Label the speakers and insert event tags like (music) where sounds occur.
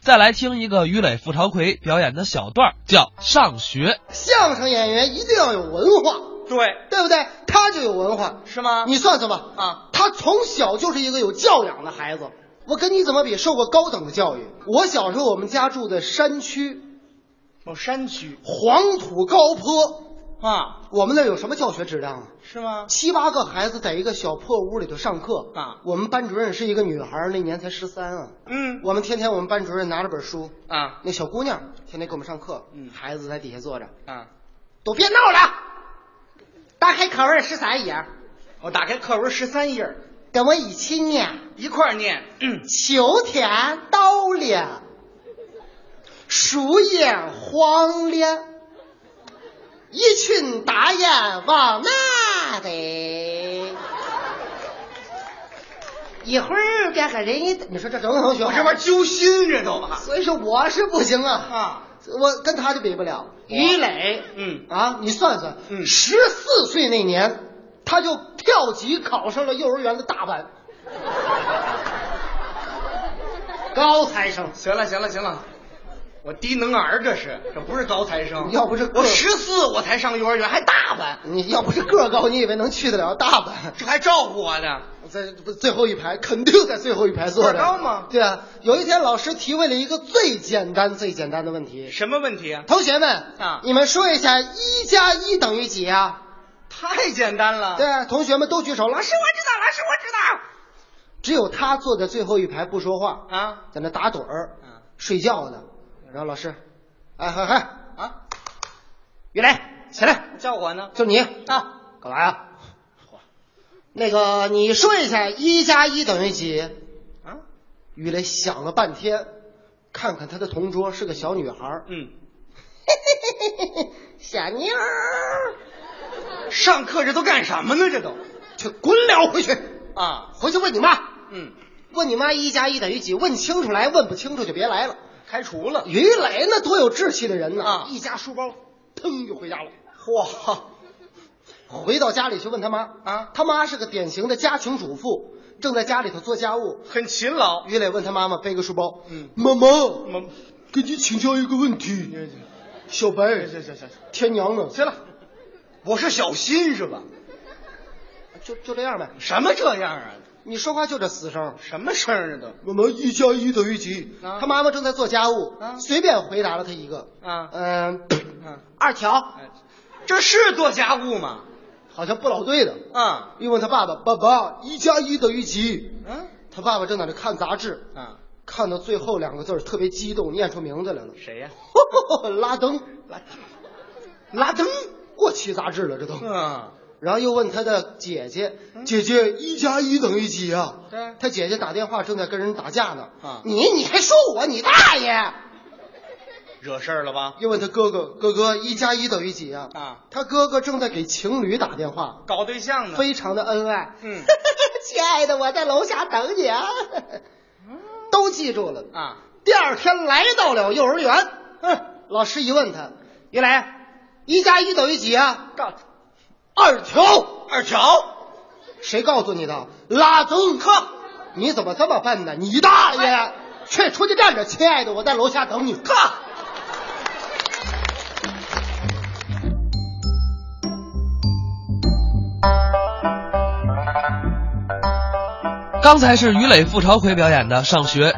Speaker 1: 再来听一个于磊、付朝奎表演的小段儿，叫《上学》。
Speaker 2: 相声演员一定要有文化，
Speaker 3: 对，
Speaker 2: 对不对？他就有文化。
Speaker 3: 是吗？
Speaker 2: 你算算吧，
Speaker 3: 啊，
Speaker 2: 他从小就是一个有教养的孩子。我跟你怎么比？受过高等的教育。我小时候我们家住的山区，
Speaker 3: 哦，山区
Speaker 2: 黄土高坡，
Speaker 3: 啊，
Speaker 2: 我们那有什么教学质量啊？
Speaker 3: 是吗？
Speaker 2: 七八个孩子在一个小破屋里头上课
Speaker 3: 啊
Speaker 2: 我们班主任是一个女孩儿，那年才十三啊。
Speaker 3: 嗯，
Speaker 2: 我们天天我们班主任拿着本书，
Speaker 3: 啊
Speaker 2: 那小姑娘天天给我们上课，
Speaker 3: 嗯
Speaker 2: 孩子在底下坐着，
Speaker 3: 啊，
Speaker 2: 都别闹了，打开课文十三页，
Speaker 3: 我打开课文十三页儿，
Speaker 2: 跟我一起念。
Speaker 3: 一块儿念。嗯，
Speaker 2: 秋天到了，树叶黄了，一群大雁往哪飞？一会儿变个人一，你说这怎么能学
Speaker 3: 我这边揪心这都啊
Speaker 2: 所以说我是不行啊，
Speaker 3: 啊，
Speaker 2: 我跟他就比不了。于磊，
Speaker 3: 嗯，
Speaker 2: 啊，你算算，
Speaker 3: 嗯
Speaker 2: 十四岁那年，他就跳级考上了幼儿园的大
Speaker 3: (laughs)
Speaker 2: 班，高材生。
Speaker 3: 行了行了行了，我低能儿这是，这不是高材生。
Speaker 2: 要不是个
Speaker 3: 我十四我才上幼儿园，还大班，
Speaker 2: 你要不是个儿高，你以为能去得了大班？
Speaker 3: 这还照顾我呢。
Speaker 2: 在不最后一排，肯定在最后一排坐着。
Speaker 3: 个儿高吗
Speaker 2: 对啊，有一天老师提问了一个最简单、最简单的问题，
Speaker 3: 什么问题啊？
Speaker 2: 同学们
Speaker 3: 啊
Speaker 2: 你们说一下一加一等于几啊？
Speaker 3: 太简单了。
Speaker 2: 对，啊，同学们都举手，老
Speaker 3: 老
Speaker 2: 师
Speaker 3: 师我知道，老师我
Speaker 2: 只有他坐在最后一排不说话
Speaker 3: 知道。啊
Speaker 2: 在那打盹儿，
Speaker 3: 啊
Speaker 2: 睡觉呢。然后老师，哎嗨嗨，
Speaker 3: 啊！
Speaker 2: 于磊起来，
Speaker 3: 叫我呢？
Speaker 2: 就你
Speaker 3: 啊，
Speaker 2: 干嘛呀？那个你说一下一加一等于几？
Speaker 3: 啊，
Speaker 2: 于磊想了半天，看看他的同桌是个小女孩儿，
Speaker 3: 嗯。
Speaker 2: (laughs) 小妞儿，
Speaker 3: 上课这都干什么呢？这都
Speaker 2: 去滚了回去，
Speaker 3: 啊，
Speaker 2: 回去问你妈，
Speaker 3: 嗯，
Speaker 2: 问你妈一加一等于几？问清楚来，问不清楚就别来了。
Speaker 3: 开除了，
Speaker 2: 于磊那多有志气的人呢，
Speaker 3: 啊
Speaker 2: 一夹书包，腾就回家了。
Speaker 3: 嚯，
Speaker 2: 回到家里去问他妈
Speaker 3: 啊
Speaker 2: 他妈是个典型的家庭主妇，正在家里头做家务。
Speaker 3: 很勤劳。
Speaker 2: 于磊问他妈妈背个书包，
Speaker 3: 嗯
Speaker 2: 妈妈，
Speaker 3: 妈，嗯
Speaker 2: 跟你请教一个问题，小白，
Speaker 3: 行行行行，
Speaker 2: 天娘啊呢？
Speaker 3: 行了，我是小新是吧？
Speaker 2: 就就这样呗，
Speaker 3: 什么这样啊？
Speaker 2: 你说话就这死声。
Speaker 3: 什么声儿啊
Speaker 2: 妈妈，一加一等于几？
Speaker 3: 啊
Speaker 2: 他妈妈正在做家务，
Speaker 3: 啊
Speaker 2: 随便回答了他一个，
Speaker 3: 都？啊，
Speaker 2: 嗯、
Speaker 3: 嗯，
Speaker 2: 二条，
Speaker 3: 哎这是做家务吗？
Speaker 2: 好像不老对的。
Speaker 3: 啊，
Speaker 2: 又问他爸爸，爸爸，一加一等于几？
Speaker 3: 嗯，
Speaker 2: 他爸爸正在那看杂志，
Speaker 3: 啊，
Speaker 2: 看到最后两个字儿特别激动，念出名字来了。 (laughs)
Speaker 3: 谁呀？
Speaker 2: 拉登，
Speaker 3: 拉拉登。
Speaker 2: 过期杂志了，这都。
Speaker 3: 嗯，
Speaker 2: 然后又问他的姐姐，姐姐一加一等于几啊？
Speaker 3: 对
Speaker 2: 他姐姐打电话正在跟人打架呢。
Speaker 3: 啊
Speaker 2: 你你还说我你大爷？
Speaker 3: 惹事儿了吧？
Speaker 2: 又问他哥哥，哥哥一加一等于几啊？
Speaker 3: 啊，
Speaker 2: 他哥哥正在给情侣打电话，
Speaker 3: 搞对象呢？
Speaker 2: 非常的恩爱。
Speaker 3: 嗯
Speaker 2: (laughs) 亲爱的，我在楼下等你啊。
Speaker 3: 嗯
Speaker 2: 都记住了。
Speaker 3: 啊，
Speaker 2: 第二天来到了幼儿园，嗯，老师一问他，于磊，一加一等于几啊？
Speaker 3: 告
Speaker 2: 二条。
Speaker 3: 二条，
Speaker 2: 谁告诉你的？拉登克，你怎么这么笨呢？你大爷！去出去站着，亲爱的，我在楼下等你。
Speaker 3: 哈。
Speaker 1: 刚才是于磊、付朝奎表演的《上学》，